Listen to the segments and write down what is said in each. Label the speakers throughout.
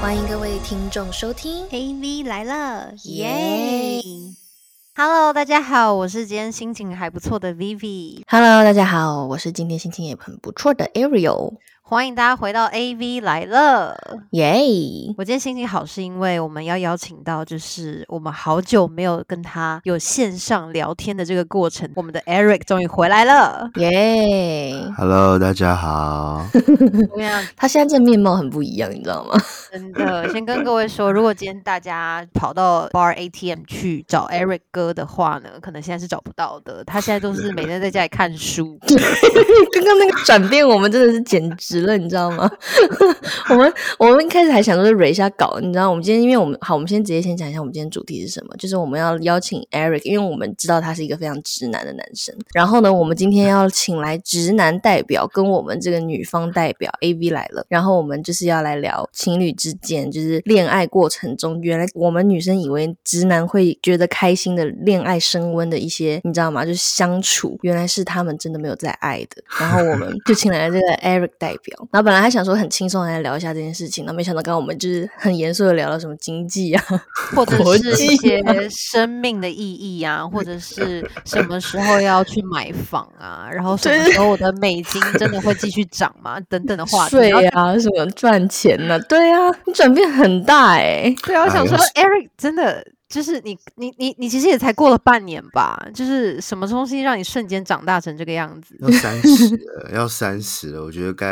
Speaker 1: 欢迎各位听众收听，
Speaker 2: AV 来了，
Speaker 1: 耶
Speaker 2: 耶！Hello，大家好，我是今天心情还不错的 Vivi，
Speaker 1: Hello，大家好，我是今天心情也很不错的 Ariel，
Speaker 2: 欢迎大家回到 AV 来了。
Speaker 1: 耶
Speaker 2: 我今天心情好是因为我们要邀请到，就是我们好久没有跟他有线上聊天的这个过程，我们的 Eric 终于回来了。
Speaker 1: 耶！
Speaker 3: Hello，大家好。
Speaker 2: 对啊，
Speaker 1: 他现在这面貌很不一样，你知道吗？
Speaker 2: 真的， 先跟各位说，如果今天大家跑到 Bar ATM 去找 Eric 哥的话呢，可能现在是找不到的。他现在都是每天在家里看书。
Speaker 1: 刚刚那个转变，我们真的是简直了，你知道吗？ 我们我们一开始还想说是蕊一下稿，你知道，我们今天因为我们好，我们先直接先讲一下我们今天主题是什么，就是我们要邀请 Eric，因为我们知道他是一个非常直男的男生。然后呢，我们今天要请来直男代表跟我们这个女方代表 AV 来了，然后我们就是要来聊情侣之间，就是恋爱过程中，原来我们女生以为直男会觉得开心的恋爱升温的一些，你知道吗？就是相处，原来是他们真的没有在爱的。然后我们就请来 了这个 Eric 代表，然后本来还想说很轻松地来聊一下这件事情，然后没想到刚刚我们就是很严肃的聊了什么经济啊，
Speaker 2: 或者
Speaker 1: 国
Speaker 2: 是一
Speaker 1: 际
Speaker 2: 些
Speaker 1: 啊
Speaker 2: 生命的意义啊，或者是什么时候要去买房啊，然后什么
Speaker 1: 对
Speaker 2: 时候我的美金真的会继续涨吗？等等的话题。
Speaker 1: 税
Speaker 2: 然后
Speaker 1: 啊，什么赚钱呐、对啊，你转变很大哎、
Speaker 2: 对啊，我想
Speaker 3: 哎
Speaker 2: 说
Speaker 3: 呦
Speaker 2: ，Eric 真的就是你，你，你，你其实也才过了半年吧，就是什么东西让你瞬间长大成这个样子？，
Speaker 3: 要三十了，要三十了，我觉得该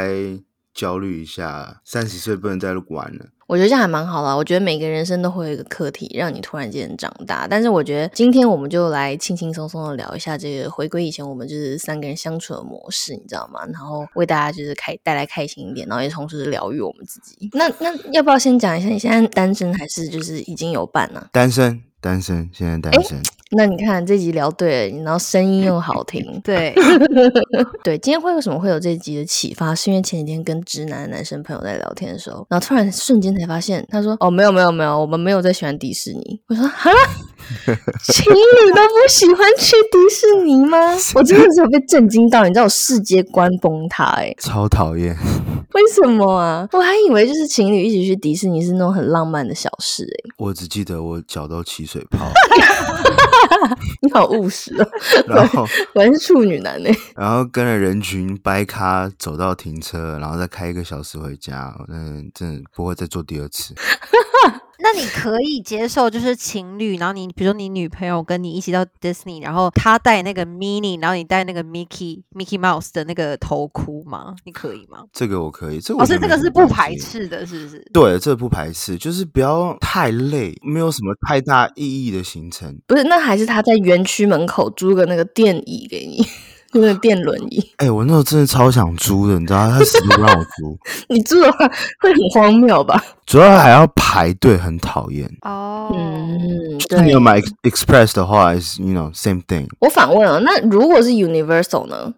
Speaker 3: 焦虑一下。三十岁不能再玩了。
Speaker 1: 我觉得这样还蛮好啦。啊我觉得每个人生都会有一个课题，让你突然间长大。但是我觉得今天我们就来轻轻松松的聊一下这个回归以前我们就是三个人相处的模式，你知道吗？然后为大家就是开带来开心一点，然后也同时疗愈我们自己。那那要不要先讲一下你现在单身还是就是已经有伴呢、
Speaker 3: 单身，单身，现在单身。
Speaker 1: 那你看这集聊对了，然后声音又好听
Speaker 2: 对，
Speaker 1: 对，今天会为什么会有这一集的启发？是因为前几天跟直男的男生朋友在聊天的时候，然后突然瞬间才发现，他说：“哦，没有没有没有，我们没有在喜欢迪士尼。”我说：“哈， 情侣都不喜欢去迪士尼吗？”我真的是有被震惊到，你知道我世界观崩塌哎、
Speaker 3: 超讨厌，
Speaker 1: 为什么啊？我还以为就是情侣一起去迪士尼是那种很浪漫的小事哎、
Speaker 3: 我只记得我脚都起水 泡，
Speaker 1: 你好务实哦，
Speaker 3: 然后
Speaker 1: 我还是处女男哎、
Speaker 3: 然后跟着人群掰咖走到停车，然后再开一个小时回家。嗯，真的不会再做第二次。
Speaker 2: 那你可以接受就是情侣，然后你比如说你女朋友跟你一起到 Disney，然后她戴那个 Mini，然后你戴那个 Mickey Mickey Mouse 的那个头箍吗？你可以吗？
Speaker 3: 这个我可以，这个
Speaker 2: 哦，
Speaker 3: 我觉
Speaker 2: 所以这
Speaker 3: 得没
Speaker 2: 个
Speaker 3: 什
Speaker 2: 是
Speaker 3: 么
Speaker 2: 不
Speaker 3: 关
Speaker 2: 排
Speaker 3: 系。
Speaker 2: 斥的，是不是？
Speaker 3: 对，这个不排斥，就是不要太累，没有什么太大意义的行程。
Speaker 1: 不是，那还是他在园区门口租个那个电椅给你， 就那个电轮椅。
Speaker 3: 哎、我那时候真的超想租的，你知道，他死都不让我租。
Speaker 1: 你住的话会很荒谬吧？
Speaker 3: 主要还要排队，很讨厌。
Speaker 2: 哦，
Speaker 1: 嗯，
Speaker 3: 就是你有买 Express 的话，is you know same thing。
Speaker 1: 我反问了，那如果是 Universal 呢？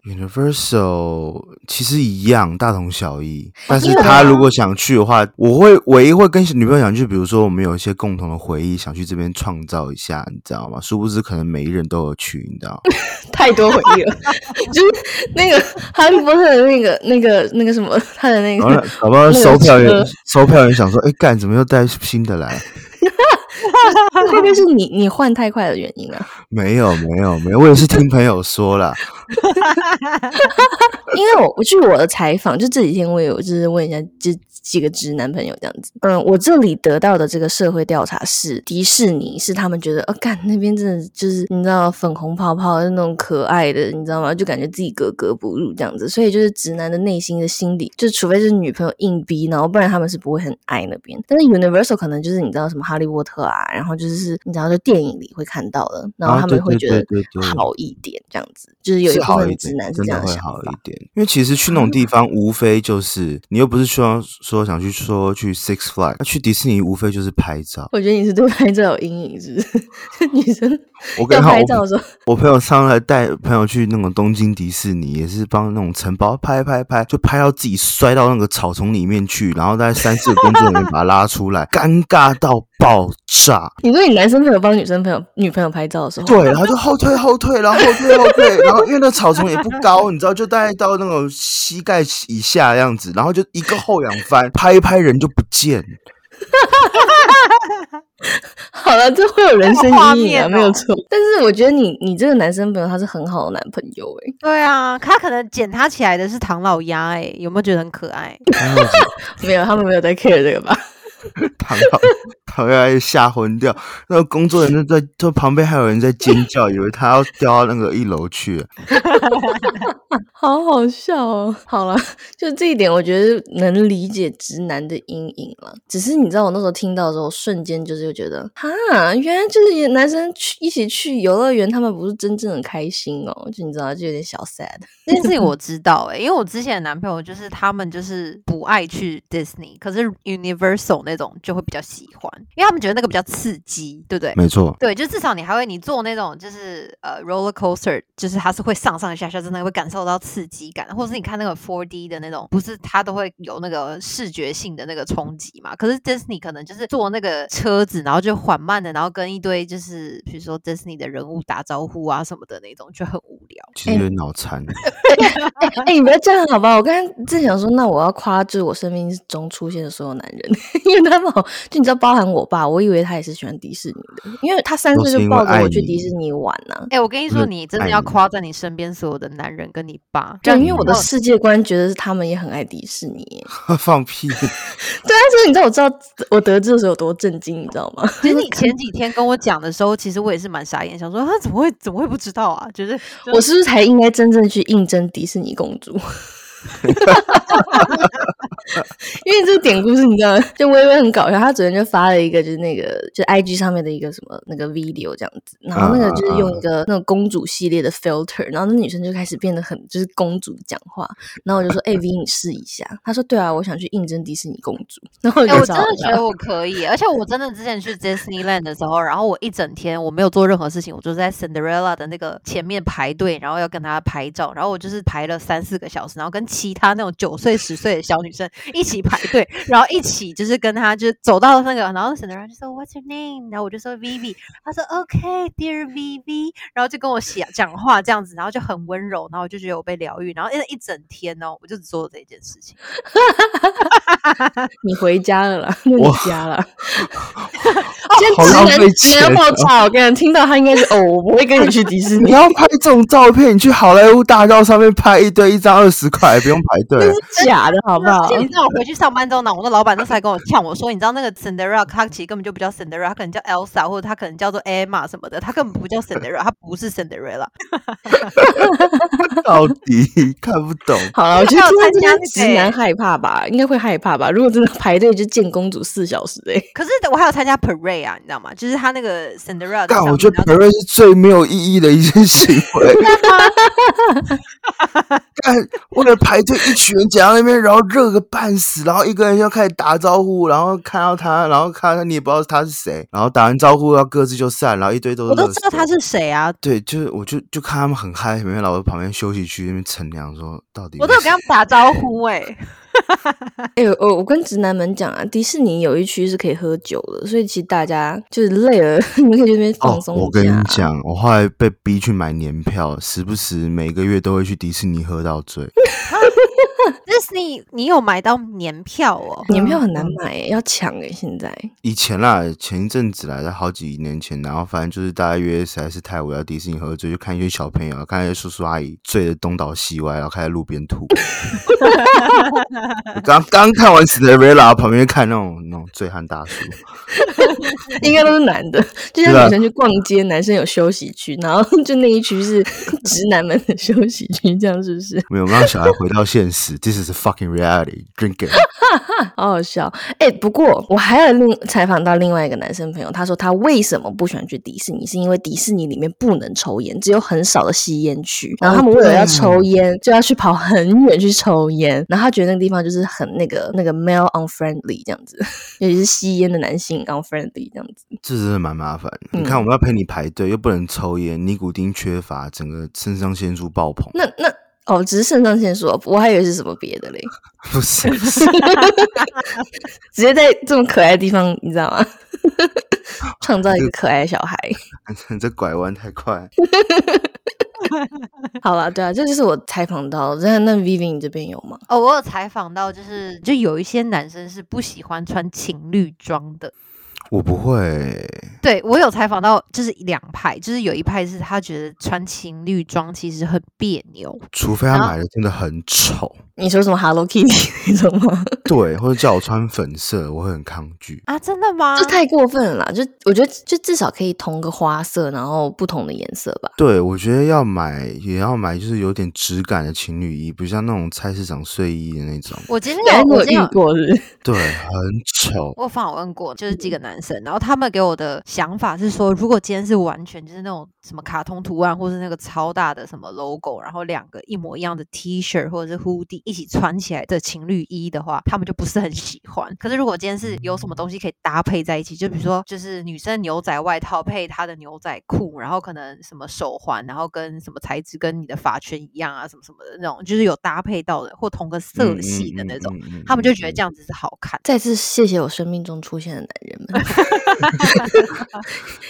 Speaker 3: Universal 其实一样，大同小异。但是
Speaker 1: 因为
Speaker 3: 他如果想去的话，我会唯一会跟女朋友想去，比如说我们有一些共同的回忆，想去这边创造一下，你知道吗？殊不知可能每一人都有去，你知道？
Speaker 1: 太多回忆了， 就是那个哈利波特的那个、那个、那个什么，他的那
Speaker 3: 然后
Speaker 1: 个
Speaker 3: 呢，搞不好
Speaker 1: 那个
Speaker 3: 售票员
Speaker 1: 车
Speaker 3: 售票员想说，哎、干怎么又带新的来？
Speaker 1: 会不会是你你换太快的原因啊？
Speaker 3: 没有没有没有，我也是听朋友说啦。
Speaker 1: 因为我我据我的采访，就这几天我有就是问一下这几个直男朋友这样子，嗯，我这里得到的这个社会调查是迪士尼是他们觉得，哦，干那边真的就是你知道粉红泡泡那种可爱的，你知道吗？就感觉自己格格不入这样子，所以就是直男的内心的心理，就除非是女朋友硬逼，然后不然他们是不会很爱那边。但是 Universal 可能就是你知道什么哈利波特啊，然后就是你知道就电影里会看到的，然后
Speaker 3: 啊
Speaker 1: 他们
Speaker 3: 对
Speaker 1: 会
Speaker 3: 对
Speaker 1: 觉得
Speaker 3: 对对对
Speaker 1: 好一点这样子，就是有一
Speaker 3: 是
Speaker 1: 部
Speaker 3: 好
Speaker 1: 分
Speaker 3: 一
Speaker 1: 直
Speaker 3: 点，
Speaker 1: 男是
Speaker 3: 真
Speaker 1: 这样
Speaker 3: 的
Speaker 1: 的
Speaker 3: 会
Speaker 1: 想
Speaker 3: 好
Speaker 1: 法
Speaker 3: 一。点。因为其实去那种
Speaker 1: 嗯
Speaker 3: 地方，无非就是你又不是说说想去说去 Six Flag，那去迪士尼无非就是拍照。
Speaker 1: 我觉得你是对拍照有阴影，是不 是？女生
Speaker 3: 我跟
Speaker 1: 要
Speaker 3: 你讲
Speaker 1: 拍
Speaker 3: 我
Speaker 1: 照的时候，
Speaker 3: 我朋友上来带朋友去那种东京迪士尼，也是帮那种城堡拍拍拍，就拍到自己摔到那个草丛里面去，然后大概三四个工作人员把他拉出来，尴尬到爆炸。
Speaker 1: 你说你男生朋友帮女生朋友、女朋友拍照的时候，
Speaker 3: 对，然后就后退后退，然后后退后退，然后因为那草丛也不高，你知道，就大概到那种膝盖以下的样子，然后就一个后仰翻，拍一拍人就不见。
Speaker 1: 好了，这会有人生
Speaker 2: 画
Speaker 1: 阴影
Speaker 2: 面
Speaker 1: 啊，
Speaker 2: 哦
Speaker 1: 没有错。但是我觉得你你这个男生朋友他是很好的男朋友欸诶、
Speaker 2: 对啊，他可能捡他起来的是唐老鸭，哎，有没有觉得很可爱？
Speaker 3: 哎我
Speaker 1: 没有，他们没有在 care 这个吧？
Speaker 3: 唐老唐老鸭吓昏掉，那个工作人员在就旁边还有人在尖叫，以为他要掉到那个一楼去了。
Speaker 1: 好好笑哦！好了， 就这一点，我觉得能理解直男的阴影了。只是你知道，我那时候听到的时候，我瞬间就是又觉得，哈，原来就是男生去一起去游乐园，他们不是真正的开心哦，就你知道，就有点小 sad。
Speaker 2: 这件事情我知道哎、因为我之前的男朋友就是他们就是不爱去 Disney，可是 Universal 那种就会比较喜欢，因为他们觉得那个比较刺激，对不对？
Speaker 3: 没错，
Speaker 2: 对，就至少你还会你坐那种就是呃 roller coaster，就是它是会上上下下，真的会感受到刺激感，或者是你看那个 4D 的那种，不是它都会有那个视觉性的那个冲击嘛？可是 Disney 可能就是坐那个车子，然后就缓慢的，然后跟一堆就是比如说 Disney 的人物打招呼啊什么的那种，就很无聊。
Speaker 3: 其实有点脑残。
Speaker 1: 哎、 哎你不要这样好不好？我刚刚正想说，那我要夸，就是我生命中出现的所有男人， 因为他们好，就你知道，包含我爸，我以为他也是喜欢迪士尼的，因为他三
Speaker 3: 都
Speaker 1: 岁
Speaker 3: 是
Speaker 1: 就
Speaker 3: 因为
Speaker 1: 抱着
Speaker 3: 爱
Speaker 1: 我去
Speaker 3: 你
Speaker 1: 迪士尼玩啊呐、
Speaker 2: 哎、我跟你
Speaker 3: 不
Speaker 2: 说，
Speaker 3: 是
Speaker 2: 你真的
Speaker 3: 爱
Speaker 2: 要
Speaker 3: 你
Speaker 2: 夸赞你身边所有的男人跟你爸，
Speaker 1: 哎对，
Speaker 2: 让
Speaker 1: 因
Speaker 2: 你哦
Speaker 1: 为我的
Speaker 2: 忘
Speaker 1: 世界观觉得是他们也很爱迪士尼耶。
Speaker 3: 放屁！
Speaker 1: 对啊，所以你知道我知道我得知的时候有多震惊，你知道吗？
Speaker 2: 其 实你前几天跟我讲的时候，其实我也是蛮傻眼，想说他啊怎么会怎么会不知道啊？就是就
Speaker 1: 我是不是才应该真正去应征迪士尼公主？ 因为这个典故是你知道，就微微很搞笑。她昨天就发了一个，就是那个就 IG 上面的一个什么那个 video 这样子，然后那个就是用一个那种公主系列的 filter，然后那女生就开始变得很就是公主讲话，然后我就说：“哎、v 你试一下。”她说：“对啊，我想去应征迪士尼公主。”然后我
Speaker 2: 哎、
Speaker 1: 就
Speaker 2: 我
Speaker 1: 找
Speaker 2: 真
Speaker 1: 到
Speaker 2: 的
Speaker 1: 她
Speaker 2: 觉得我可以，而且我真的之前去 Disneyland 的时候，然后我一整天我没有做任何事情，我就在 Cinderella 的那个前面排队，然后要跟他拍照，然后我就是排了三四个小时，然后跟其他那种九岁十岁的小女生一起排队，然后一起就是跟他就走到那个，然后 Cinderella 就说 What's your name？然后我就说 Vivi，他说 OK，Dear、Vivi，然后就跟我写讲话这样子，然后就很温柔，然后我就觉得我被疗愈，然后一一整天哦，我就只做了这一件事情。
Speaker 1: 你回家了啦，那你
Speaker 3: 哇
Speaker 1: 家 了。
Speaker 3: 好
Speaker 1: 今天
Speaker 3: 浪
Speaker 1: 直
Speaker 3: 费
Speaker 1: 男直男
Speaker 3: 钱
Speaker 1: 爆炸，我跟你讲听到他应该是哦，我不会跟你去迪士
Speaker 3: 你
Speaker 1: 尼，
Speaker 3: 要拍这种照片，你去好莱坞大道上面拍一堆，一张二十块，不用排
Speaker 1: 那
Speaker 3: 队啊
Speaker 1: 是。假的，好不好
Speaker 2: 而？且你知道我回去上班之后呢，我的老板那时候还跟我呛我说，你知道那个 Cinderella，他其实根本就不叫 Cinderella，他可能叫 Elsa 或者他可能叫做 Emma 什么的，他根本不叫 Cinderella，他不是 Cinderella。
Speaker 3: 到底看不懂。
Speaker 1: 好了，我觉得
Speaker 2: 还有参加
Speaker 1: 听到这边
Speaker 2: 那个
Speaker 1: 直
Speaker 2: 欸
Speaker 1: 男害怕吧，应该会害怕吧？如果真的排队就见公主四小时哎、
Speaker 2: 可是我还有参加 parade 啊，你知道吗？就是他那个 Cinderella 在
Speaker 3: 但
Speaker 2: 上面。
Speaker 3: 我觉得
Speaker 2: 然后
Speaker 3: p a r 是最没有意义的一件行 为。干，为了排队，一群人挤到那边，然后热个半死，然后一个人要开始打招呼，然后看到他，然后看到他，你也不知道他是谁，然后打完招呼要各自就散，然后一堆都是
Speaker 2: 我都
Speaker 3: 垃
Speaker 2: 知道
Speaker 3: 圾
Speaker 2: 他是谁啊，
Speaker 3: 对，就是我就就看他们很嗨，没有老在旁边休息区那边乘凉，说到底
Speaker 2: 我都有跟他们打招呼哎、
Speaker 1: 哎、我我跟直男们讲啊，迪士尼有一区是可以喝酒的，所以其实大家就是累了， 你们可以去那边
Speaker 3: 哦
Speaker 1: 放，松一下。
Speaker 3: 我跟你讲，我后来被逼去买年票，时不时每个月都会去迪士尼喝到醉。
Speaker 2: Disney，你有买到年票哦？
Speaker 1: 年票很难买、欸，要抢哎、现在
Speaker 3: 以前啦，前一阵子来的好几年前，然后反正就是大约实在是太无聊，迪士尼喝醉，就看一些小朋友，看一些叔叔阿姨醉得东倒西歪，然后开始路边吐。我刚刚看完《Cinderella》，旁边看那种那种醉汉大叔，
Speaker 1: 应该都是男的，就像
Speaker 3: 对啊
Speaker 1: 女生去逛街，男生有休息区，然后 就那一区是直男们的休息区，这样是不是？
Speaker 3: 没有我们让小孩回到现实，This is fucking reality, drink it。
Speaker 1: 好好笑！哎、不过我还有另采访到另外一个男生朋友，他说他为什么不喜欢去迪士尼，是因为迪士尼里面不能抽烟，只有很少的吸烟区，然后他们为了要抽烟，就要去跑很远去抽烟，然后他觉得那个地方就是很那个那个 male unfriendly 这样子，尤其是吸烟的男性 unfriendly 这样子。
Speaker 3: 这真的蛮麻烦。的。你
Speaker 1: 嗯
Speaker 3: 看，我们要陪你排队，又不能抽烟，尼古丁缺乏，整个肾上腺素爆棚。
Speaker 1: 那那哦，只是肾上腺素哦，我还以为是什么别的嘞，
Speaker 3: 不是，不是
Speaker 1: 直接在这么可爱的地方，你知道吗？ 创造一个可爱的小孩。
Speaker 3: 你这拐弯太快。
Speaker 1: 好了，对啊，这就是我采访到的。那那 Vivian 你这边有吗？
Speaker 2: 哦，我有采访到，就是就有一些男生是不喜欢穿情侣装的。
Speaker 3: 我不会，
Speaker 2: 对我有采访到，就是两派，就是有一派是他觉得穿情侣装其实很别扭，
Speaker 3: 除非他买的真的很丑，
Speaker 1: 你说什么 Hello Kitty 那种吗？
Speaker 3: 对，或者叫我穿粉色，我会很抗拒。
Speaker 2: 啊，真的吗？
Speaker 1: 这太过分了啦！就我觉得，就至少可以同个花色，然后不同的颜色吧。
Speaker 3: 对，我觉得要买也要买，就是有点质感的情侣衣，不像那种菜市场睡衣的那种。
Speaker 2: 我今天
Speaker 1: 原来
Speaker 2: 有，
Speaker 1: 你
Speaker 2: 我
Speaker 1: 有
Speaker 2: 今天有
Speaker 1: 遇过是不是？
Speaker 3: 对，很丑。
Speaker 2: 我访问过，就是几个男生，然后他们给我的想法是说，如果今天是完全就是那种什么卡通图案，或是那个超大的什么 logo，然后两个一模一样的 T 恤或者是 hoodie 一起穿起来的情侣衣的话，他们就不是很喜欢。可是如果今天是有什么东西可以搭配在一起，就比如说就是女生牛仔外套配她的牛仔裤，然后可能什么手环，然后跟什么材质跟你的发圈一样啊，什么什么的那种，就是有搭配到的或同个
Speaker 3: 嗯
Speaker 2: 色系的那种，他们就觉得这
Speaker 3: 样。
Speaker 2: 样子是好看。
Speaker 1: 再次谢谢我生命中出现的男人们，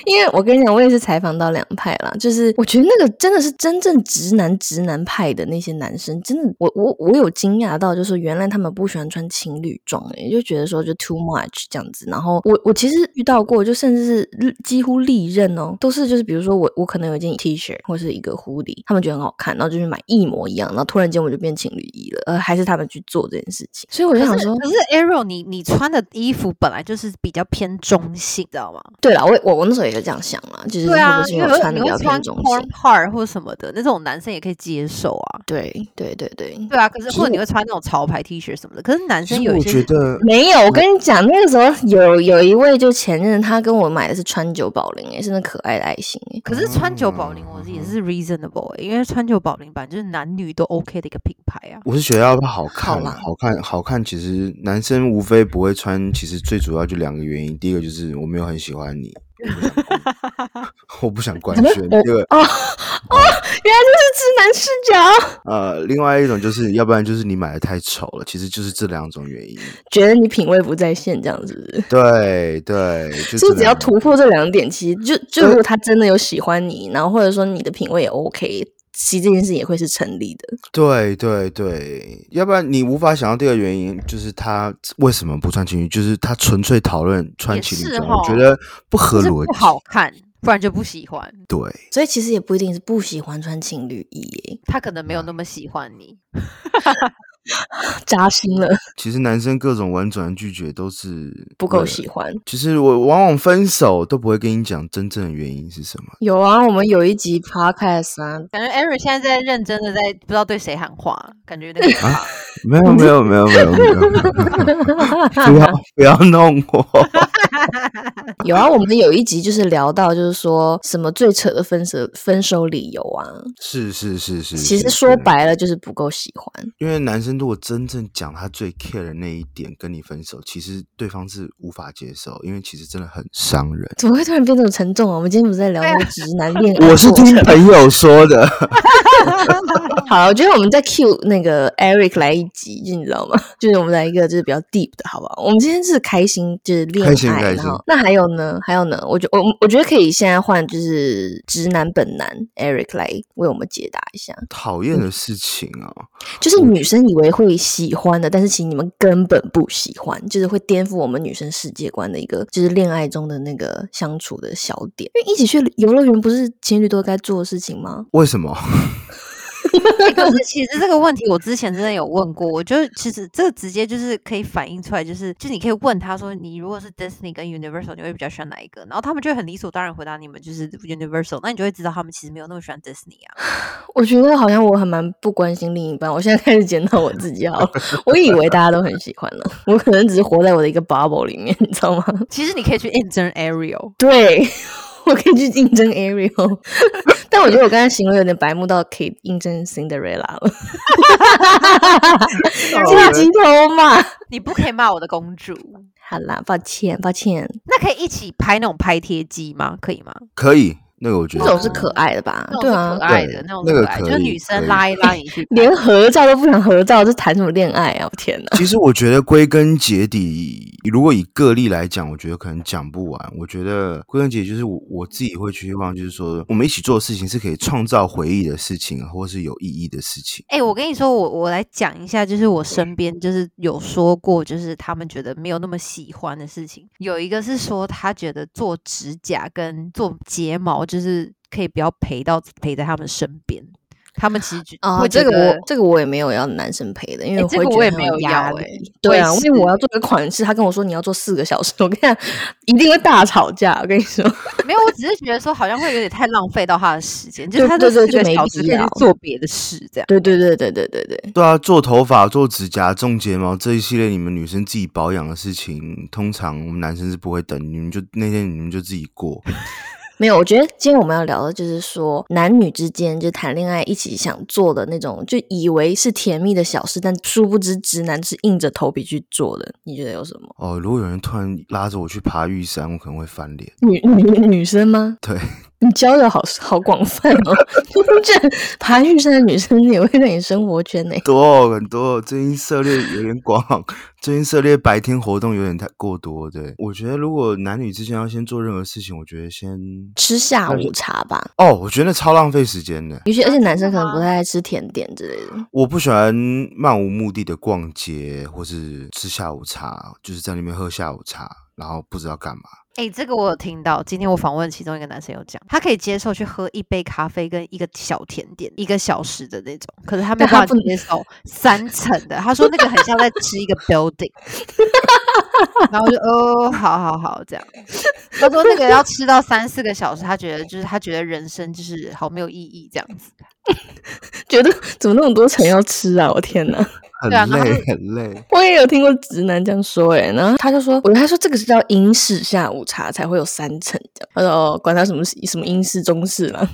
Speaker 1: 因为我跟你讲，我也是采访到两派啦，就是我觉得那个真的是真正直男直男派的那些男生，真的我我我有惊讶到，就是原来他们不喜欢穿情侣装、欸，也就觉得说就 too much 这样子。然后我我其实遇到过，就甚至是几乎历任哦，都是就是比如说我我可能有一件 T 恤或是一个 hoodie，他们觉得很好看，然后就去买一模一样，然后突然间我就变情侣衣了，呃，还是他们去做这件事情，所以我就
Speaker 2: 可
Speaker 1: 想
Speaker 2: 是
Speaker 1: 说，
Speaker 2: 可是 Arrow，你你穿的衣服本来就是比较偏中性，知道吗？
Speaker 1: 对啦，我我我那时候也是这样想啦，就是会不会
Speaker 2: 啊因
Speaker 1: 是
Speaker 2: 为
Speaker 1: 啊我穿的
Speaker 2: 你
Speaker 1: 比较
Speaker 2: 会穿
Speaker 1: 偏中性
Speaker 2: corn。part 或什么的，那种男生也可以接受啊。
Speaker 1: 对对对对，
Speaker 2: 对啊，可是
Speaker 3: 其实
Speaker 2: 或者你
Speaker 3: 我
Speaker 2: 会穿那种潮牌 T 恤什么的，可是男
Speaker 3: 其
Speaker 2: 生
Speaker 3: 实
Speaker 2: 有
Speaker 3: 我
Speaker 2: 一些
Speaker 3: 觉
Speaker 2: 是
Speaker 3: 得
Speaker 1: 没有，我跟你讲，那个时候有有一位就前任，他跟我买的是川久保玲，哎，是那可爱的爱心，哎，
Speaker 2: 可是穿久保玲，我是也
Speaker 1: 嗯
Speaker 2: 是 reasonable，、欸、因为穿久保玲版就是男女都 OK 的一个品牌啊。
Speaker 3: 我是觉得要好看
Speaker 1: 好
Speaker 3: 啦，
Speaker 1: 啦
Speaker 3: 好看，好看。其实男生无非不会穿，其实最主要就两个原因，第一个就是我没有很喜欢你，我不想 官我不
Speaker 2: 呃
Speaker 3: 想官宣；第二个
Speaker 1: 哦哦，原来这是直男视角，
Speaker 3: 呃，另外一种就是，要不然就是你买的太丑了，其实就是这两种原因。
Speaker 1: 觉得你品味不在线，这样子是不是？
Speaker 3: 对对，就
Speaker 1: 所以
Speaker 3: 这
Speaker 1: 只要
Speaker 3: 两种
Speaker 1: 突破这两点，其实就就如果他真的有喜欢你，然后或者说你的品味也 OK，其实这件事也会是成立的。
Speaker 3: 对对对，要不然你无法想到第二个原因，就是他为什么不穿情侣，就是他纯粹讨论穿
Speaker 2: 也
Speaker 3: 情侣
Speaker 2: 是
Speaker 3: 装，
Speaker 2: 吼
Speaker 3: 我觉得不合
Speaker 2: 就是
Speaker 3: 逻
Speaker 2: 不
Speaker 3: 辑。
Speaker 2: 好看，不然就不喜欢。
Speaker 3: 对，
Speaker 1: 所以其实也不一定是不喜欢穿情侣衣，
Speaker 2: 他可能没有那么喜欢你。
Speaker 1: 哎，扎心了，
Speaker 3: 其实男生各种婉转拒绝都是
Speaker 1: 不
Speaker 3: 为
Speaker 1: 够
Speaker 3: 了
Speaker 1: 喜欢。
Speaker 3: 其实我往往分手都不会跟你讲真正的原因是什么。
Speaker 1: 有啊，我们有一集 podcast 啊，
Speaker 2: 感觉 Aaron 现在在认真的在不知道对谁喊话，感觉有点 可怕。
Speaker 3: 没有没有没有没有没有， 不要不要弄我。
Speaker 1: 有啊，我们有一集就是聊到，就是说什么最扯的分手分手理由啊，
Speaker 3: 是是是是，
Speaker 1: 其实
Speaker 3: 是
Speaker 1: 说
Speaker 3: 是
Speaker 1: 白了就是不够喜欢。
Speaker 3: 因为男生如果真正讲他最 care 的那一点跟你分手，其实对方是无法接受，因为其实真的很伤人。
Speaker 1: 怎么会突然变这么沉重啊？我们今天不是在聊那个直男恋爱？
Speaker 3: 我是听朋友说的，
Speaker 1: 好，我觉得我们在 Q 那个 Eric 来一集，就你知道吗？ 就是我们来一个就是比较 deep 的，好不好？我们今天是开心，就是恋
Speaker 3: 开心
Speaker 1: 爱，
Speaker 3: 开
Speaker 1: 然后
Speaker 3: 心
Speaker 1: 那还有呢？还有呢？我觉我我觉得可以现在换就是直男本男 Eric 来为我们解答一下，
Speaker 3: 讨厌的事情啊、
Speaker 1: 就是女生以为会喜欢的，但是其实你们根本不喜欢，就是会颠覆我们女生世界观的一个，就是恋爱中的那个相处的小点。因为一起去游乐园不是情侣都该做的事情吗？
Speaker 3: 为什 么？
Speaker 2: 欸可是其实这个问题我之前真的有问过，我觉得其实这直接就是可以反映出来，就是就你可以问他说，你如果是 Disney 跟 Universal，你会比较喜欢哪一个？然后他们就会很理所当然回答你们就是 Universal，那你就会知道他们其实没有那么喜欢 Disney 啊。
Speaker 1: 我觉得好像我还蛮不关心另一半，我现在开始检讨我自己好了。我以为大家都很喜欢了，我可能只是活在我的一个 bubble 里面，你知道吗？
Speaker 2: 其实你可以去应征 Ariel，
Speaker 1: 对，我可以去应征 Ariel，但我觉得我刚才行为有点白目到可以应征 Cinderella 了，这鸡头嘛。
Speaker 2: 你不可以骂我的公主。
Speaker 1: 好啦，抱歉，抱歉。
Speaker 2: 那可以一起拍那种拍贴机吗？可以吗？
Speaker 3: 可以，那个我觉
Speaker 1: 这
Speaker 3: 得
Speaker 1: 种是可爱的吧
Speaker 2: 那？
Speaker 1: 对
Speaker 2: 种是
Speaker 1: 啊
Speaker 2: 可，爱
Speaker 3: 对
Speaker 2: 的那种
Speaker 3: 那
Speaker 2: 是
Speaker 3: 个
Speaker 2: 可爱，
Speaker 3: 可
Speaker 2: 就是
Speaker 3: 以
Speaker 2: 女
Speaker 3: 可
Speaker 2: 生
Speaker 3: 以
Speaker 2: 拉一拉你 去看，
Speaker 1: 连合照都不想合照，这谈什么恋爱啊！我天哪，
Speaker 3: 其实我觉得归根结底，如果以个例来讲，我觉得可能讲不完。我觉得归根结底就是我我自己会去望，就是说我们一起做的事情是可以创造回忆的事情，或是有意义的事情。
Speaker 2: 哎、我跟你说，我我来讲一下，就是我身边就是有说过，就是他们觉得没有那么喜欢的事情。有一个是说，他觉得做指甲跟做睫毛，就是可以不要陪到陪在他们身边。他们其实觉
Speaker 1: 啊，
Speaker 2: 会觉
Speaker 1: 这个
Speaker 2: 得
Speaker 1: 我这个我也没有要男生陪的，因为
Speaker 2: 哎
Speaker 1: 我
Speaker 2: 这
Speaker 1: 会
Speaker 2: 个
Speaker 1: 觉
Speaker 2: 我
Speaker 1: 得
Speaker 2: 也
Speaker 1: 很
Speaker 2: 没有
Speaker 1: 压
Speaker 2: 要
Speaker 1: 力
Speaker 2: 哎我
Speaker 1: 对
Speaker 2: 也
Speaker 1: 啊，因为我
Speaker 2: 是
Speaker 1: 要做一个款式，他跟我说你要做四个小时，我跟你讲一定会大吵架。我跟你说，
Speaker 2: 没有，我只是觉得说好像会有点太浪费到他的时间，就是
Speaker 1: 对
Speaker 2: 他这
Speaker 1: 对对
Speaker 2: 四个
Speaker 1: 就没
Speaker 2: 小
Speaker 1: 必
Speaker 2: 时可以去
Speaker 1: 要
Speaker 2: 做别的事，这样。
Speaker 1: 对对对对对对对，
Speaker 3: 对啊，做头发、做指甲、种睫毛这一系列你们女生自己保养的事情，通常我们男生是不会等，你们就那天你们就自己过。
Speaker 1: 没有。我觉得今天我们要聊的就是说，男女之间就谈恋爱一起想做的那种，就以为是甜蜜的小事，但殊不知直男是硬着头皮去做的。你觉得有什么？
Speaker 3: 哦，如果有人突然拉着我去爬玉山，我可能会翻脸。
Speaker 1: 女女女生吗？
Speaker 3: 对，
Speaker 1: 你交友好 好广泛哦， 这爬玉山的女生也会在你生活圈内、
Speaker 3: 多哦很多，最近涉猎有点广，最近涉猎白天活动有点太过多。对，我觉得如果男女之间要先做任何事情，我觉得先
Speaker 1: 吃下午茶吧。
Speaker 3: 哦，我觉得那超浪费时间的。
Speaker 1: 尤其而且男生
Speaker 2: 真的
Speaker 1: 可
Speaker 2: 吗
Speaker 1: 能不太爱吃甜点之类的。
Speaker 3: 我不喜欢漫无目的的逛街，或是吃下午茶，就是在那边喝下午茶，然后不知道干嘛。
Speaker 2: 哎、这个我有听到。今天我访问其中一个男生有讲，他可以接受去喝一杯咖啡跟一个小甜点，一个小时的那种，可是他没有
Speaker 1: 但他
Speaker 2: 办法
Speaker 1: 不能
Speaker 2: 接受三层的。他说那个很像在吃一个 building，然后我就哦，好好好，这样。他说那个要吃到三四个小时，他觉得就是他觉得人生就是好没有意义这样子。
Speaker 1: 觉得怎么那么多层要吃啊！我天哪，
Speaker 3: 很
Speaker 2: 对啊然后
Speaker 3: 累，很累。
Speaker 1: 我也有听过直男这样说诶、然后他就说，我他说这个是叫英式下午茶才会有三层这样，他说哦，管他什么什么英式中式啦，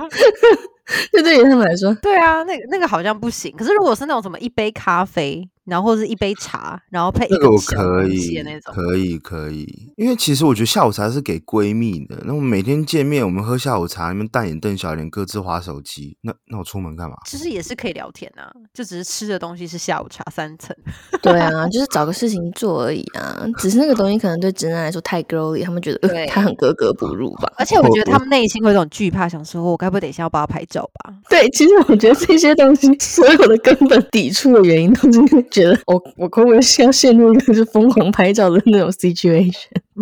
Speaker 1: 就对于他们来说，
Speaker 2: 对啊，那个那个好像不行。可是如果是那种什么一杯咖啡，然后或是一杯茶，然后配一
Speaker 3: 这个
Speaker 2: 个
Speaker 3: 我
Speaker 2: 小
Speaker 3: 可
Speaker 2: 东西
Speaker 3: 以
Speaker 2: 的那，种，
Speaker 3: 可以，可以。因为其实我觉得下午茶是给闺蜜的，那我们每天见面，我们喝下午茶，你们大眼瞪小眼，各自划手机。那那我出门干嘛？
Speaker 2: 其实也是可以聊天啊，就只是吃的东西是下午茶三层。
Speaker 1: 对啊，就是找个事情做而已啊，只是那个东西可能对直男来说太 girly，他们觉得、
Speaker 2: 对
Speaker 1: 呃、他很格格不入吧。
Speaker 2: 而且我
Speaker 3: 我
Speaker 2: 觉得他
Speaker 3: 我
Speaker 2: 们内心会有一种惧怕，想说我该不会等一下要帮他拍照吧？
Speaker 1: 对，其实我觉得这些东西所有的根本抵触的原因，都是因为觉得我我会不会是要陷入一个是疯狂拍照的那种 situation？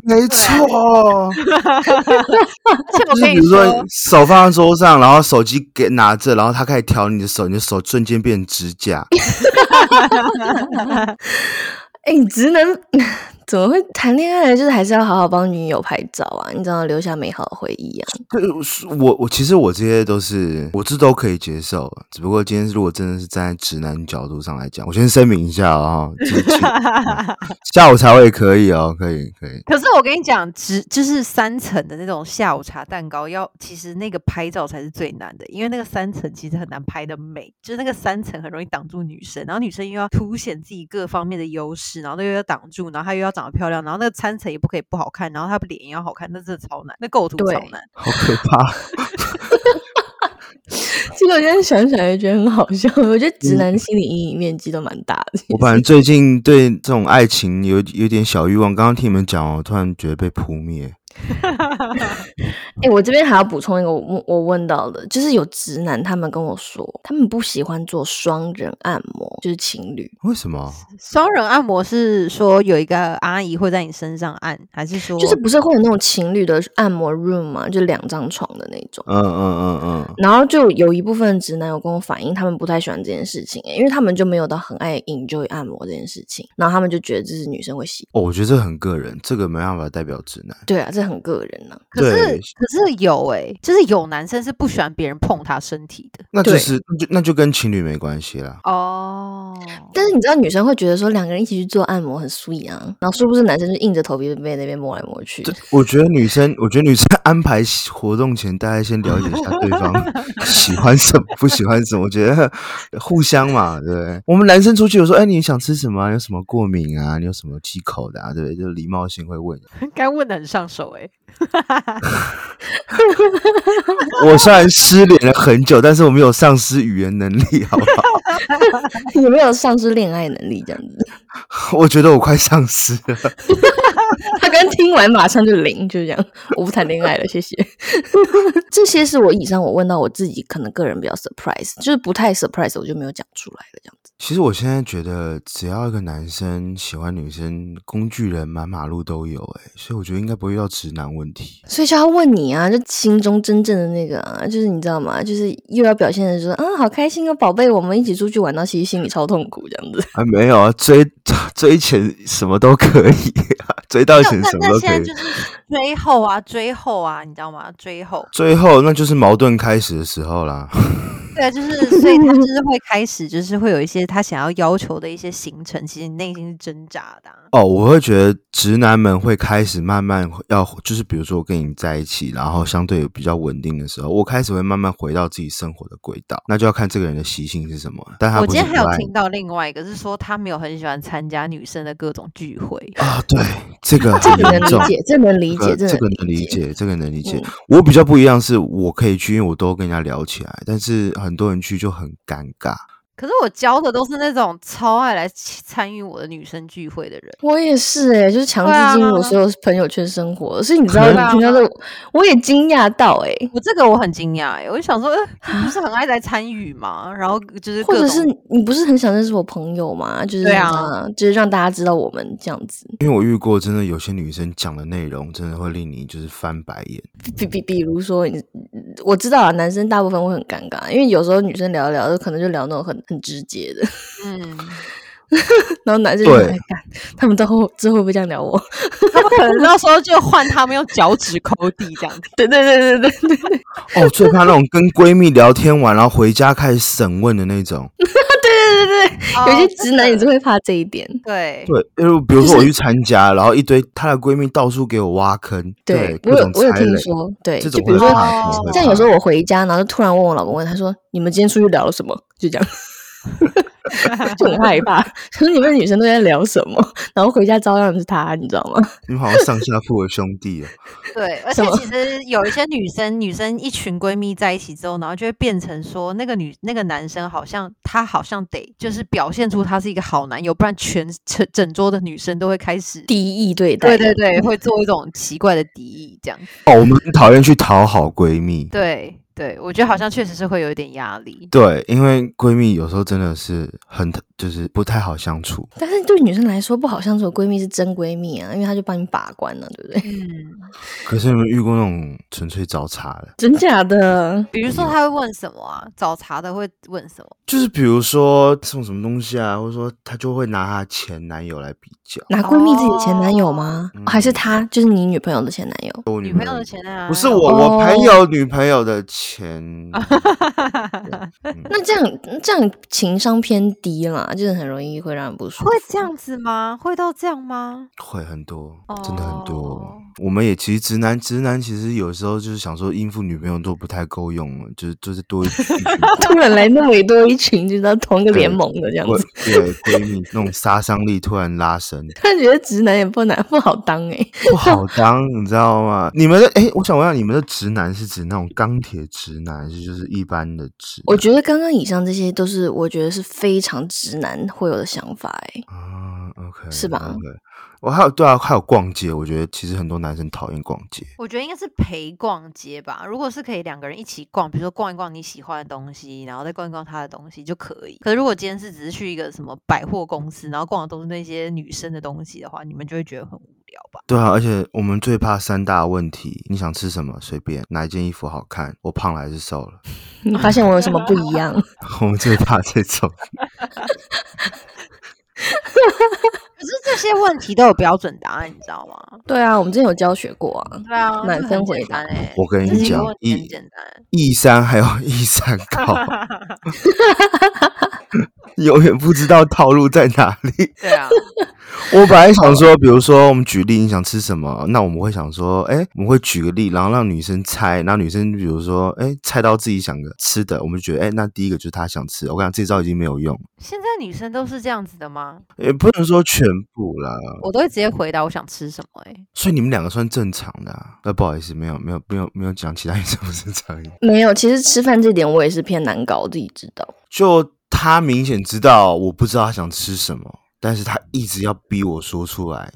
Speaker 3: 没错，
Speaker 2: 而且我
Speaker 3: 就是
Speaker 2: 跟
Speaker 3: 比
Speaker 2: 你
Speaker 3: 如
Speaker 2: 说，
Speaker 3: 说手放在桌上，然后手机给拿着，然后他开始调你的手，你的手瞬间变成指甲。
Speaker 1: 哎，直男 怎么会谈恋爱？就是还是要好好帮女友拍照啊，你知道留下美好的回忆啊。
Speaker 3: 对是我我其实我这些都是我这都可以接受，只不过今天如果真的是站在直男角度上来讲，我先声明一下哦，就是请嗯下午茶我也可以哦，可以可以。
Speaker 2: 可是我跟你讲，只就是三层的那种下午茶蛋糕要，其实那个拍照才是最难的，因为那个三层其实很难拍的美，就是那个三层很容易挡住女生，然后女生又要凸显自己各方面的优势，然后又要挡住，然后她又要长得漂亮，然后那个三层也不可以不好看，然后她脸也要好看，那真的超难，那构图超
Speaker 1: 对
Speaker 2: 难。
Speaker 3: 好可怕！
Speaker 1: 其实我现在想想也觉得很好笑，嗯我觉得直男心理阴影面积都蛮大的。
Speaker 3: 我反正最近对这种爱情有有点小欲望，刚刚听你们讲哦，我突然觉得被扑灭。
Speaker 1: 哎、我这边还要补充一个我问我问到的，就是有直男他们跟我说，他们不喜欢做双人按摩，就是情侣。
Speaker 3: 为什么？
Speaker 2: 双人按摩是说有一个阿姨会在你身上按，还是说
Speaker 1: 就是不是会有那种情侣的按摩 room 嘛，就两张床的那种。
Speaker 3: 嗯嗯嗯嗯，
Speaker 1: 然后就有一部分直男有跟我反映，他们不太喜欢这件事情、欸，因为他们就没有到很爱 enjoy 按摩这件事情，然后他们就觉得这是女生会喜，
Speaker 3: 哦，我觉得这很个人，这个没办法代表直男。
Speaker 1: 对啊，这很个人呢、啊。
Speaker 2: 可是
Speaker 3: 对
Speaker 2: 可是有哎、就是有男生是不喜欢别人碰他身体的
Speaker 3: 那就
Speaker 1: 对
Speaker 3: 是那就那就跟情侣没关系啦。
Speaker 2: 哦。
Speaker 1: 但是你知道女生会觉得说两个人一起去做按摩很 sweet 啊，然后殊不知男生就硬着头皮被那边摸来摸去。
Speaker 3: 我觉得女生，我觉得女生安排活动前，大家先了解一下对方喜欢什么，不喜欢什么。我觉得互相嘛，对不对？我们男生出去，有时候哎，你想吃什么啊？有什么过敏啊？你有什么忌口的啊？对不对？就礼貌性会问。
Speaker 2: 该问的很上手 哎、
Speaker 3: 我虽然失联了很久，但是我没有丧失语言能力，好不
Speaker 1: 你没 有丧失恋爱能力这样子，
Speaker 3: 好？ 我觉得我快丧失了。
Speaker 1: 他刚听完马上就零，就是这样。我不谈恋爱了，谢 谢。这些是我以上我问到我自己可能个人比较 surprise，就是不太 surprise，我就没有讲出来了这样子。
Speaker 3: 其实我现在觉得，只要一个男生喜欢女生，工具人满马路都有、欸，哎，所以我觉得应该不会遇到直男问题。
Speaker 1: 所以就要问你啊，就心中真正的那个啊，就是你知道吗？就是又要表现的说，啊，好开心哦，宝贝，我们一起出去玩到，其实心里超痛苦这样子。
Speaker 3: 啊，没有啊，追 追钱什么都可以、啊， 追到
Speaker 2: 那
Speaker 3: 钱
Speaker 2: 那
Speaker 3: 什么
Speaker 2: 那
Speaker 3: 都
Speaker 2: 现在
Speaker 3: 可以。
Speaker 2: 就是追后啊， 追后啊，你知道吗？追后，
Speaker 3: 最后，那就是矛盾开始的时候啦。
Speaker 2: 对啊，就是所以他就是会开始，就是会有一些他想要要求的一些行程，其实你内心是挣扎的啊、
Speaker 3: 哦，我会觉得直男们会开始慢慢要，就是比如说我跟你在一起，然后相对比较稳定的时候，我开始会慢慢回到自己生活的轨道，那就要看这个人的习性是什么了。但他
Speaker 2: 我
Speaker 3: 不
Speaker 2: 今
Speaker 3: 是
Speaker 2: 天
Speaker 3: 不
Speaker 2: 还有
Speaker 3: 爱
Speaker 2: 听到另外一个是说，他没有很喜欢参加女生的各种聚会。
Speaker 3: 啊，对这 个
Speaker 1: 这
Speaker 3: 很
Speaker 1: 个
Speaker 3: 严
Speaker 1: 能理
Speaker 3: 重。
Speaker 1: 解，这能理解，
Speaker 3: 这个
Speaker 1: 能
Speaker 3: 能理
Speaker 1: 解。
Speaker 3: 解，这个能理解
Speaker 1: 嗯。
Speaker 3: 我比较不一样是，我可以去，因为我都跟人家聊起来，但是很多人去就很尴尬。
Speaker 2: 可是我教的都是那种超爱来参与我的女生聚会的人。
Speaker 1: 我也是哎、就是强
Speaker 2: 对啊
Speaker 1: 制进入我所有朋友圈生活，所以你知道，
Speaker 3: 对
Speaker 1: 你
Speaker 2: 啊
Speaker 1: 听到这个，我也惊讶到哎、
Speaker 2: 我这个我很惊讶欸，我就想说，呃你不是很爱来参与吗？然后就是
Speaker 1: 或
Speaker 2: 各
Speaker 1: 者
Speaker 2: 种
Speaker 1: 是你不是很想认识我朋友吗？就是
Speaker 2: 对啊
Speaker 1: 你知道吗就是让大家知道我们这样子。
Speaker 3: 因为我遇过，真的有些女生讲的内容，真的会令你就是翻白眼。
Speaker 1: 比比比如说你，我知道啊，男生大部分会很尴尬，因为有时候女生聊一聊，可能就聊那种很很直接的，
Speaker 2: 嗯，
Speaker 1: 然后男生就
Speaker 3: 对
Speaker 1: 很干，他们到后之后会不会这样聊我？
Speaker 2: 他们可能到时候就换他们用脚趾抠地这样子。
Speaker 1: 对对对对对对对
Speaker 3: 哦，最怕那种跟闺蜜聊天完，然后回家开始审问的那种。
Speaker 1: 对对对，
Speaker 2: 哦
Speaker 1: 有些直男也是
Speaker 2: 真的
Speaker 1: 会怕这一点。
Speaker 2: 对，
Speaker 3: 对，因为比如说我去参加，然后一堆她的闺蜜到处给我挖坑，
Speaker 1: 对我
Speaker 3: 各
Speaker 1: 有
Speaker 3: 种
Speaker 1: 我有
Speaker 3: 踩
Speaker 1: 听
Speaker 3: 雷，
Speaker 1: 说，对，
Speaker 3: 这
Speaker 1: 就
Speaker 3: 种
Speaker 1: 比如
Speaker 3: 会
Speaker 1: 说
Speaker 3: 怕，这种会
Speaker 1: 像有
Speaker 3: 怕
Speaker 1: 时候我回家，然后就突然问我老公问，他说：“你们今天出去聊了什么？”就 这样，就很害怕。可是你们女生都在聊什么？然后回家照样是他，你知道吗？
Speaker 3: 你们好像上下铺的兄弟哦。
Speaker 2: 对，而
Speaker 1: 什
Speaker 2: 且
Speaker 1: 么
Speaker 2: 其实有一些女生，女生一群闺蜜在一起之后，然后就会变成说，那个女那个男生好像他好像得就是表现出他是一个好男友，不然全整整桌的女生都会开始，
Speaker 1: 敌意对待，
Speaker 2: 对对
Speaker 1: 嗯
Speaker 2: 对，会做一种奇怪的敌意这样。
Speaker 3: 哦，我们很讨厌去讨好闺蜜。
Speaker 2: 对对，我觉得好像确实是会有一点压力。
Speaker 3: 对，因为闺蜜有时候真的是很就是不太好相处。
Speaker 1: 但是对女生来说，不好相处的闺蜜是真闺蜜啊，因为她就帮你把关了、对不对？
Speaker 2: 嗯，
Speaker 3: 可是你们遇过那种纯粹找茬的？
Speaker 1: 真假的？
Speaker 2: 比如说
Speaker 3: 有
Speaker 2: 他会问什么啊？找茬的会问什么？
Speaker 3: 就是比如说送什么东西啊，或者说她就会拿她前男友来比较。
Speaker 1: 拿闺蜜自己的前男友吗？
Speaker 3: 哦
Speaker 1: 还是她就是你女朋友的前男友？
Speaker 3: 我
Speaker 2: 女
Speaker 3: 女
Speaker 2: 朋
Speaker 3: 朋
Speaker 2: 友
Speaker 3: 友
Speaker 2: 的前男友啊哦
Speaker 3: 不是我，我
Speaker 1: 哦
Speaker 3: 朋友女朋友的前 嗯
Speaker 1: 那这样这样情商偏低啦，就是很容易会让人不舒服。
Speaker 2: 会这样子吗？会到这样吗？
Speaker 3: 会很多，真的很
Speaker 2: 哦
Speaker 3: 多。我们也其实直男，直男其实有时候就是想说应付女朋友都不太够用了，就是就是多 一一群
Speaker 1: 突然来那么多一群，就知道同一个
Speaker 3: 对
Speaker 1: 联盟的这样
Speaker 3: 闺
Speaker 1: 子，
Speaker 3: 对闺蜜那种杀伤力突然拉升，
Speaker 1: 突然觉得直男也不难不好当哎、
Speaker 3: 不好当，你知道吗？你们的哎、我想问一下，你们的直男是指那种钢铁直男，还是就是一般的直男？
Speaker 1: 我觉得刚刚以上这些都是我觉得是非常直男会有的想法 哎、
Speaker 3: 啊，OK，
Speaker 1: 是吧
Speaker 3: ？OK，我还有对啊，还有逛街，我觉得其实很多男生讨厌逛街。
Speaker 2: 我觉得应该是陪逛街吧。如果是可以两个人一起逛，比如说逛一逛你喜欢的东西，然后再逛一逛他的东西就可以。可是如果今天是只是去一个什么百货公司，然后逛的都是那些女生的东西的话，你们就会觉得很无聊吧？
Speaker 3: 对啊，而且我们最怕三大问题：你想吃什么随便，哪一件衣服好看，我胖了还是瘦了。
Speaker 1: 你发现我有什么不一样？
Speaker 3: 我们最怕这 种。
Speaker 2: 可是这些问题都有标准答案，你知道吗？
Speaker 1: 对啊，我们之前有教学过啊，
Speaker 2: 对啊，
Speaker 1: 满
Speaker 2: 这
Speaker 1: 分
Speaker 2: 很
Speaker 1: 回
Speaker 2: 简
Speaker 1: 答
Speaker 2: 单哎、
Speaker 3: 我跟
Speaker 2: 这
Speaker 3: 你
Speaker 2: 几个
Speaker 3: 讲
Speaker 2: 问，题很
Speaker 3: 一
Speaker 2: 简单。
Speaker 3: 一三还有一三高，你永远不知道套路在哪里。
Speaker 2: 对啊，
Speaker 3: 我本来想说，比如说我们举例，你想吃什么，那我们会想说，哎、我们会举个例，然后让女生猜，然后女生比如说，哎、猜到自己想的吃的，我们就觉得，哎、那第一个就是她想吃的。我跟你讲，这招已经没有用，
Speaker 2: 现在女生都是这样子的吗？
Speaker 3: 也不能说全部啦。
Speaker 2: 我都会直接回答我想吃什么、欸。哎，
Speaker 3: 所以你们两个算正常的、啊。呃，不好意思，没有，没有，没有，没有讲其他人是不正常的。
Speaker 1: 没有，其实吃饭这点我也是偏难搞，我自己知道。
Speaker 3: 就他明显知道我不知道他想吃什么，但是他一直要逼我说出来，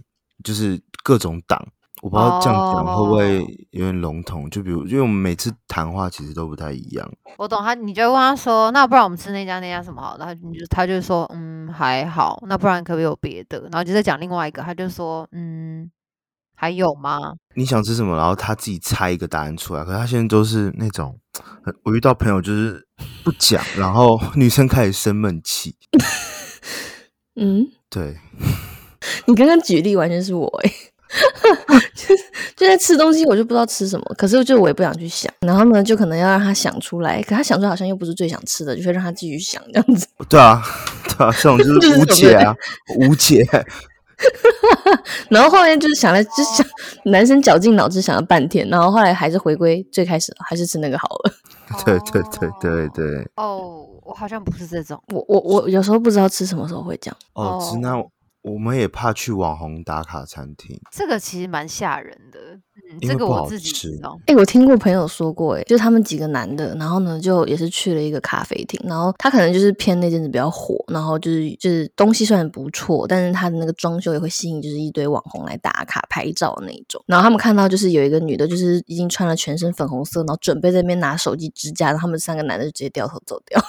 Speaker 3: 就是各种档。我不知道这样讲会不会
Speaker 2: 哦
Speaker 3: 有点笼统就比如，因为我们每次谈话其实都不太一样。
Speaker 2: 我懂他，你就会问他说，那不然我们吃那家那家什么好？然后你就他就说，嗯，还好。那不然可不可以有别的？然后就再讲另外一个，他就说，嗯，还有吗？
Speaker 3: 你想吃什么，然后他自己猜一个答案出来。可是他现在都是那种，很我遇到朋友就是不讲，然后女生开始生闷气。
Speaker 1: 嗯，
Speaker 3: 对，
Speaker 1: 你刚刚举例完全是我哎、 就是就在吃东西，我就不知道吃什么，可是就我也不想去想，然后呢，就可能要让他想出来，可他想出来好像又不是最想吃的，就会让他继续想这样子。
Speaker 3: 对啊，对啊，这种就
Speaker 1: 就是是
Speaker 3: 无
Speaker 1: 这种
Speaker 3: 解
Speaker 1: 对
Speaker 3: 啊，无解。
Speaker 1: 然后后面就是想了，就是想男生绞尽脑汁想了半天，然后后来还是回归最开始，还是吃那个好了。
Speaker 3: 对对对对
Speaker 2: 哦。
Speaker 3: 对。
Speaker 2: 哦，我好像不是这种。
Speaker 1: 我我我有时候不知道吃什么时候会这样，
Speaker 3: 哦，直
Speaker 2: 哦
Speaker 3: 男，我们也怕去网红打卡餐厅，
Speaker 2: 这个其实蛮吓人的，嗯，这
Speaker 3: 因为
Speaker 2: 个
Speaker 3: 不
Speaker 2: 我
Speaker 3: 好
Speaker 2: 自己
Speaker 3: 吃
Speaker 2: 知道。
Speaker 1: 哎、我听过朋友说过、哎，就他们几个男的，然后呢，就也是去了一个咖啡厅，然后他可能就是偏那阵子比较火，然后就是就是东西虽然不错，但是他的那个装修也会吸引就是一堆网红来打卡拍照的那一种。然后他们看到就是有一个女的，就是已经穿了全身粉红色，然后准备在那边拿手机支架，然后他们三个男的就直接掉头走掉。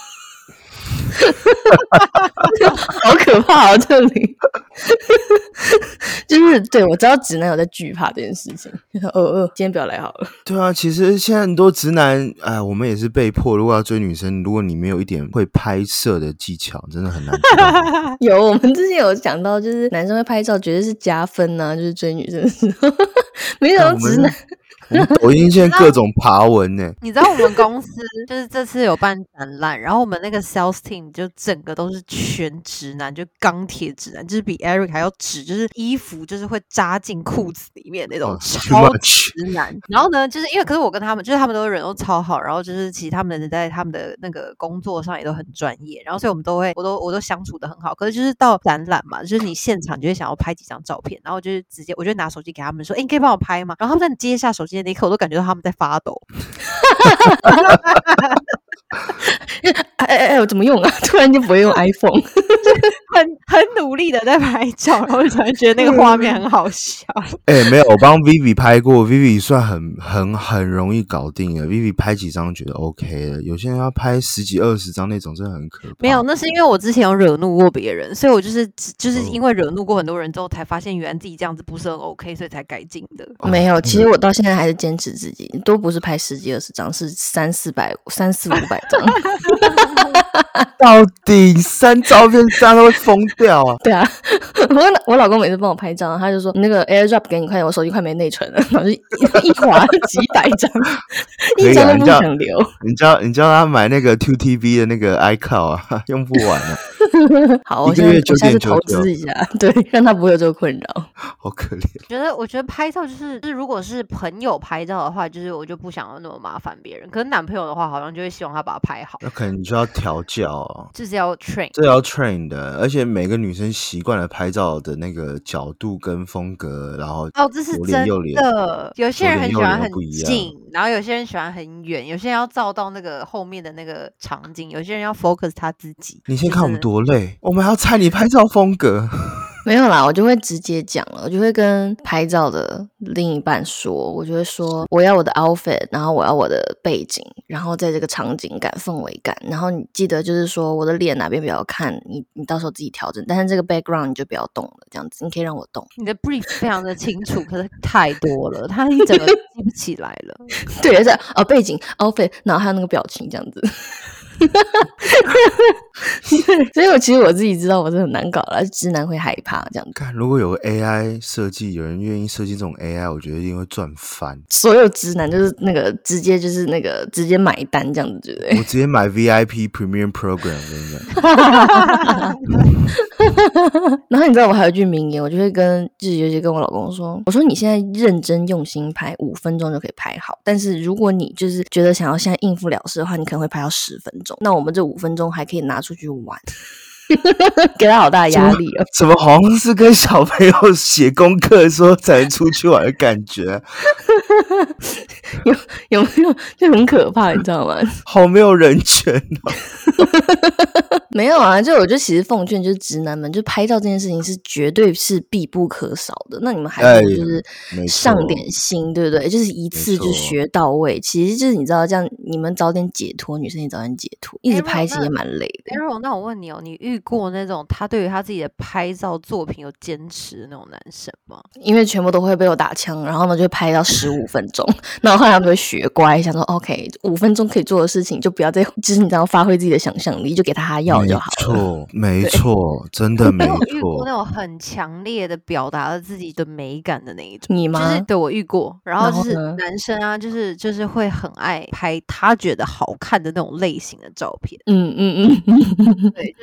Speaker 1: 好可怕啊！这里 就是对我知道直男有在惧怕这件事情， 呃呃，今天不要来好了。
Speaker 3: 对啊，其实现在很多直男，哎，我们也是被迫，如果要追女生，如果你没有一点会拍摄的技巧，真的很难 追到你。
Speaker 1: 有，我们之前有讲到，就是男生会拍照，绝对是加分呐、就是追女生的时候， 没
Speaker 3: 但
Speaker 1: 想
Speaker 3: 我
Speaker 1: 到直
Speaker 3: 们
Speaker 1: 男，
Speaker 3: 我们抖音现在各种爬文呢、
Speaker 2: 你知道我们公司就是这次有办展览，然后我们那个 sales team 就整个都是全直男，就钢铁直男，就是比 Eric 还要直，就是衣服就是会扎进裤子里面那种
Speaker 3: 哦，too
Speaker 2: 超
Speaker 3: much
Speaker 2: 直男。然后呢，就是因为可是我跟他们，就是他们都人都超好，然后就是其实他们在他们的那个工作上也都很专业，然后所以我们都会，我都我都相处的很好。可是就是到展览嘛，就是你现场就会想要拍几张照片，然后就是直接我就拿手机给他们说，哎、你可以帮我拍吗？然后他们在接下手机的那一刻，我都感觉到他们在发抖。
Speaker 1: 哎哎哎，我怎么用啊？ 突然就不会用 iPhone，
Speaker 2: 很 很努力的在拍照，然后就突然觉得那个画面很好笑。
Speaker 3: 哎、没有，我帮 Vivi 拍过，Vivi 算很很很容易搞定的，Vivi 拍几张觉得 OK 的，有些人要拍十几二十张那种，真的很可怕。
Speaker 2: 没有，那是因为我之前有惹怒过别人，所以我就是只就是
Speaker 3: 哦
Speaker 2: 因为惹怒过很多人之后，才发现原来自己这样子不是很 OK，所以才改进的。
Speaker 3: 哦
Speaker 1: 没有。其实我到现在还是坚持自己，都不是拍十几二十张，是三四百、三四五百张。
Speaker 3: 到底删照片删到会疯掉啊！
Speaker 1: 对啊， 我老我老公每次帮我拍照，他就说你那个 AirDrop 给你快点，我手机快没内存了， 然后就一一划几百张，
Speaker 3: 可
Speaker 1: 一
Speaker 3: 以啊
Speaker 1: 张都
Speaker 3: 你
Speaker 1: 不
Speaker 3: 这样
Speaker 1: 想留。
Speaker 3: 你叫你叫他买那个 Two TB 的那个 iCloud 啊， 用不完啊，
Speaker 1: 好，我
Speaker 3: 一个
Speaker 1: 现在
Speaker 3: 月
Speaker 1: 我下次投
Speaker 3: 9.99
Speaker 1: 资一下，对，让他不会有这个困扰。
Speaker 3: 好可怜。
Speaker 2: 觉得我觉得拍照就是就是如果是朋友拍照的话，就是我就不想要那么麻烦别人。可是男朋友的话，好像就会希望他把它拍好，
Speaker 3: 那可能你就要调教哦，
Speaker 2: 就是要 train。
Speaker 3: 这要 train 的，而且每个女生习惯了拍照的那个角度跟风格，然后
Speaker 2: 哦，这是
Speaker 3: 左脸
Speaker 2: 真
Speaker 3: 右脸
Speaker 2: 的。有些
Speaker 3: 左
Speaker 2: 人
Speaker 3: 脸
Speaker 2: 很喜
Speaker 3: 右
Speaker 2: 欢
Speaker 3: 脸
Speaker 2: 很
Speaker 3: 不一样
Speaker 2: 近，然后有些人喜欢很远，有些人要照到那个后面的那个场景，有些人要 focus 他自己。
Speaker 3: 你先
Speaker 2: 就
Speaker 3: 看我们
Speaker 2: 是
Speaker 3: 多累，我们还要猜你拍照风格。
Speaker 1: 没有啦，我就会直接讲了，我就会跟拍照的另一半说，我就会说我要我的 outfit，然后我要我的背景，然后在这个场景感、氛围感，然后你记得就是说我的脸哪边比较好看，你你到时候自己调整，但是这个 background 你就不要动了，这样子你可以让我 动。
Speaker 2: 你的 brief 非常的清楚，可是太多了，他一整个记不起来了。
Speaker 1: 对，而且哦背景 outfit，然后还有那个表情这样子。 所以我其实我自己知道我是很难搞了，直男会害怕这样子。
Speaker 3: 看，如果有个 AI 设计，有人愿意设计这种 AI，我觉得一定会赚翻。
Speaker 1: 所有直男就是那个直接就是那个直接买单这样子，对不对？
Speaker 3: 我直接买 VIP Premium Program，我跟你 讲，
Speaker 1: 然后你知道我还有一句名言，我就会跟就是尤其跟我老公说，我说你现在认真用心拍，五分钟就可以拍好。但是如果你就是觉得想要现在应付了事的话，你可能会拍到十分钟。那我们这五分钟还可以拿出去玩， 给他好大的压力哦。
Speaker 3: 怎么好像是跟小朋友写功课的时候才能出去玩的感觉，啊
Speaker 1: 有没有就很可怕，你知道吗？
Speaker 3: 好没有人权哦、
Speaker 1: 没有啊，就我就其实奉劝就是直男们，就拍照这件事情是绝对是必不可少的。那你们还
Speaker 3: 哎
Speaker 1: 不如
Speaker 3: 呀
Speaker 1: 就是
Speaker 3: 没
Speaker 1: 上
Speaker 3: 错
Speaker 1: 点心，对不对？就是一次就
Speaker 3: 错
Speaker 1: 学到位。其实就是你知道，这样你们早点解脱，女生也早点解脱，一
Speaker 2: 哎
Speaker 1: 直
Speaker 2: 没有
Speaker 1: 拍其实
Speaker 2: 那
Speaker 1: 也蛮累的。
Speaker 2: 哎，若那我问你哦，你遇过那种他对于他自己的拍照作品有坚持的那种男生吗？
Speaker 1: 因为全部都会被我打枪，然后呢就拍到十五分钟，然后后来他们就会学乖，想说 OK，五分钟可以做的事情就不要再，就是你知道发挥自己的想象力，就给他他要的就好
Speaker 3: 没
Speaker 1: 了。
Speaker 3: 错，没错，真的没
Speaker 2: 哎但 我遇过
Speaker 3: 错
Speaker 2: 那。种很强烈的表达了自己的美感的那一种。
Speaker 1: 你
Speaker 2: 就
Speaker 1: 吗？
Speaker 2: 是对我遇过，然
Speaker 1: 然
Speaker 2: 后就
Speaker 1: 后
Speaker 2: 是
Speaker 1: 呢
Speaker 2: 男生啊，就是就是会很爱拍他觉得好看的那种类型的照片，
Speaker 1: 嗯嗯嗯，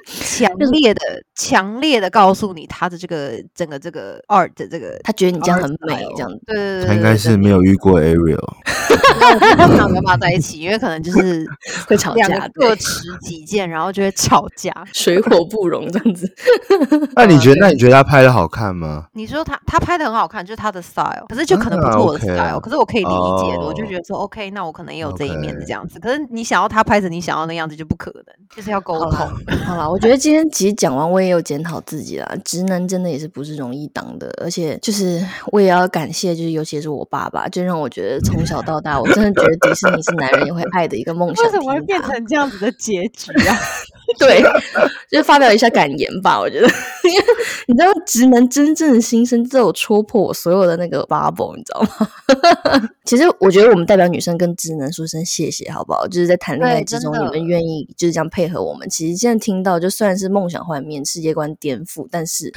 Speaker 2: 强烈的强烈的告诉你他的这个整个这个 art 的这个，
Speaker 1: 他觉得你这样很美
Speaker 2: style，
Speaker 1: 这样子。
Speaker 2: 对对对，
Speaker 3: 他应该是没有遇 过 Ariel，
Speaker 2: 那我们他们两个没法在一起，因为可能就是
Speaker 1: 会吵
Speaker 2: 两
Speaker 1: 架
Speaker 2: 个
Speaker 1: 对
Speaker 2: 各持己见，然后就会吵架。
Speaker 1: 水火不容这样子。
Speaker 3: 那你觉得？那你觉得他拍的好看吗？
Speaker 2: 你说他他拍的很好看，就是他的 style，可是就可能不
Speaker 3: 啊
Speaker 2: 是我的
Speaker 3: ，OK
Speaker 2: style，、可是我可以理解的，我就
Speaker 3: 哦
Speaker 2: 觉得说 OK，那我可能也有这一面的
Speaker 3: OK
Speaker 2: 这样子。可是你想要他拍成你想要的样子就不可能，就是要沟
Speaker 1: 好
Speaker 2: 通
Speaker 1: 啦。好啦，我觉得今天其实讲完，我也有检讨自己啦。直男真的也是不是容易当的，而且就是我也要感谢，就是尤其是我爸爸，就让我觉得从小到大，我真的觉得迪士尼是男人也会爱的一个梦想
Speaker 2: 为
Speaker 1: 天
Speaker 2: 什
Speaker 1: 堂。
Speaker 2: 么会变成这样子的结局啊？
Speaker 1: 对，就发表一下感言吧。我觉得， 因为你知道，直男真正的心声，只有戳破我所有的那个 bubble，你知道吗？ 其实我觉得我们代表女生跟直男说声谢谢，好不好？就是在谈恋爱
Speaker 2: 对
Speaker 1: 之
Speaker 2: 真
Speaker 1: 中，
Speaker 2: 的
Speaker 1: 你们愿意就是这样配合我们。其实现在听到，就虽然是梦想幻灭、世界观颠覆，但是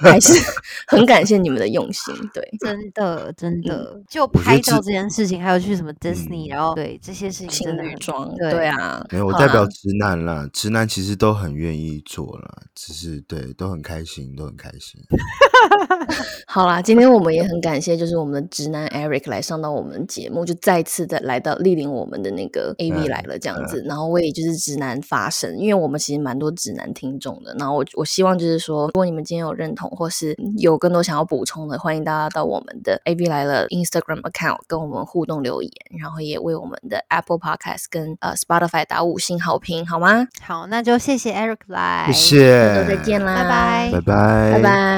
Speaker 1: 还是 很感谢你们的用心。对，
Speaker 2: 真的真的，嗯就
Speaker 3: 我觉得
Speaker 2: 拍
Speaker 3: 这
Speaker 2: 照这件事情，还有去什么 Disney，、
Speaker 3: 嗯
Speaker 2: 然后对这些事情
Speaker 1: 情
Speaker 2: 真的
Speaker 1: 侣
Speaker 2: 很
Speaker 1: 装，
Speaker 2: 对
Speaker 1: 对啊，
Speaker 3: 没有，我
Speaker 1: 好
Speaker 3: 代
Speaker 1: 啦
Speaker 3: 表直男啦，直男其实都很愿意做啦，只是对都很开心，都很开心。
Speaker 1: 好啦，今天我们也很感谢，就是我们的直男 Eric 来上到我们节目，就再次的来到莅临我们的那个 AV
Speaker 3: 嗯
Speaker 1: 来了这样子。然后为就是直男发声，因为我们其实蛮多直男听众的。然后我我希望就是说，如果你们今天有认同或是有更多想要补充的，欢迎大家到我们的 AV 来了 Instagram account 跟我们互动留言，然后也为我们的 Apple Podcast 跟呃 Spotify 打五星好评，好吗？
Speaker 2: 好，那就谢谢 Eric 来，
Speaker 3: 谢谢，
Speaker 1: 那就再见啦，
Speaker 2: 拜拜
Speaker 3: 拜拜，
Speaker 1: 拜拜。
Speaker 3: 哎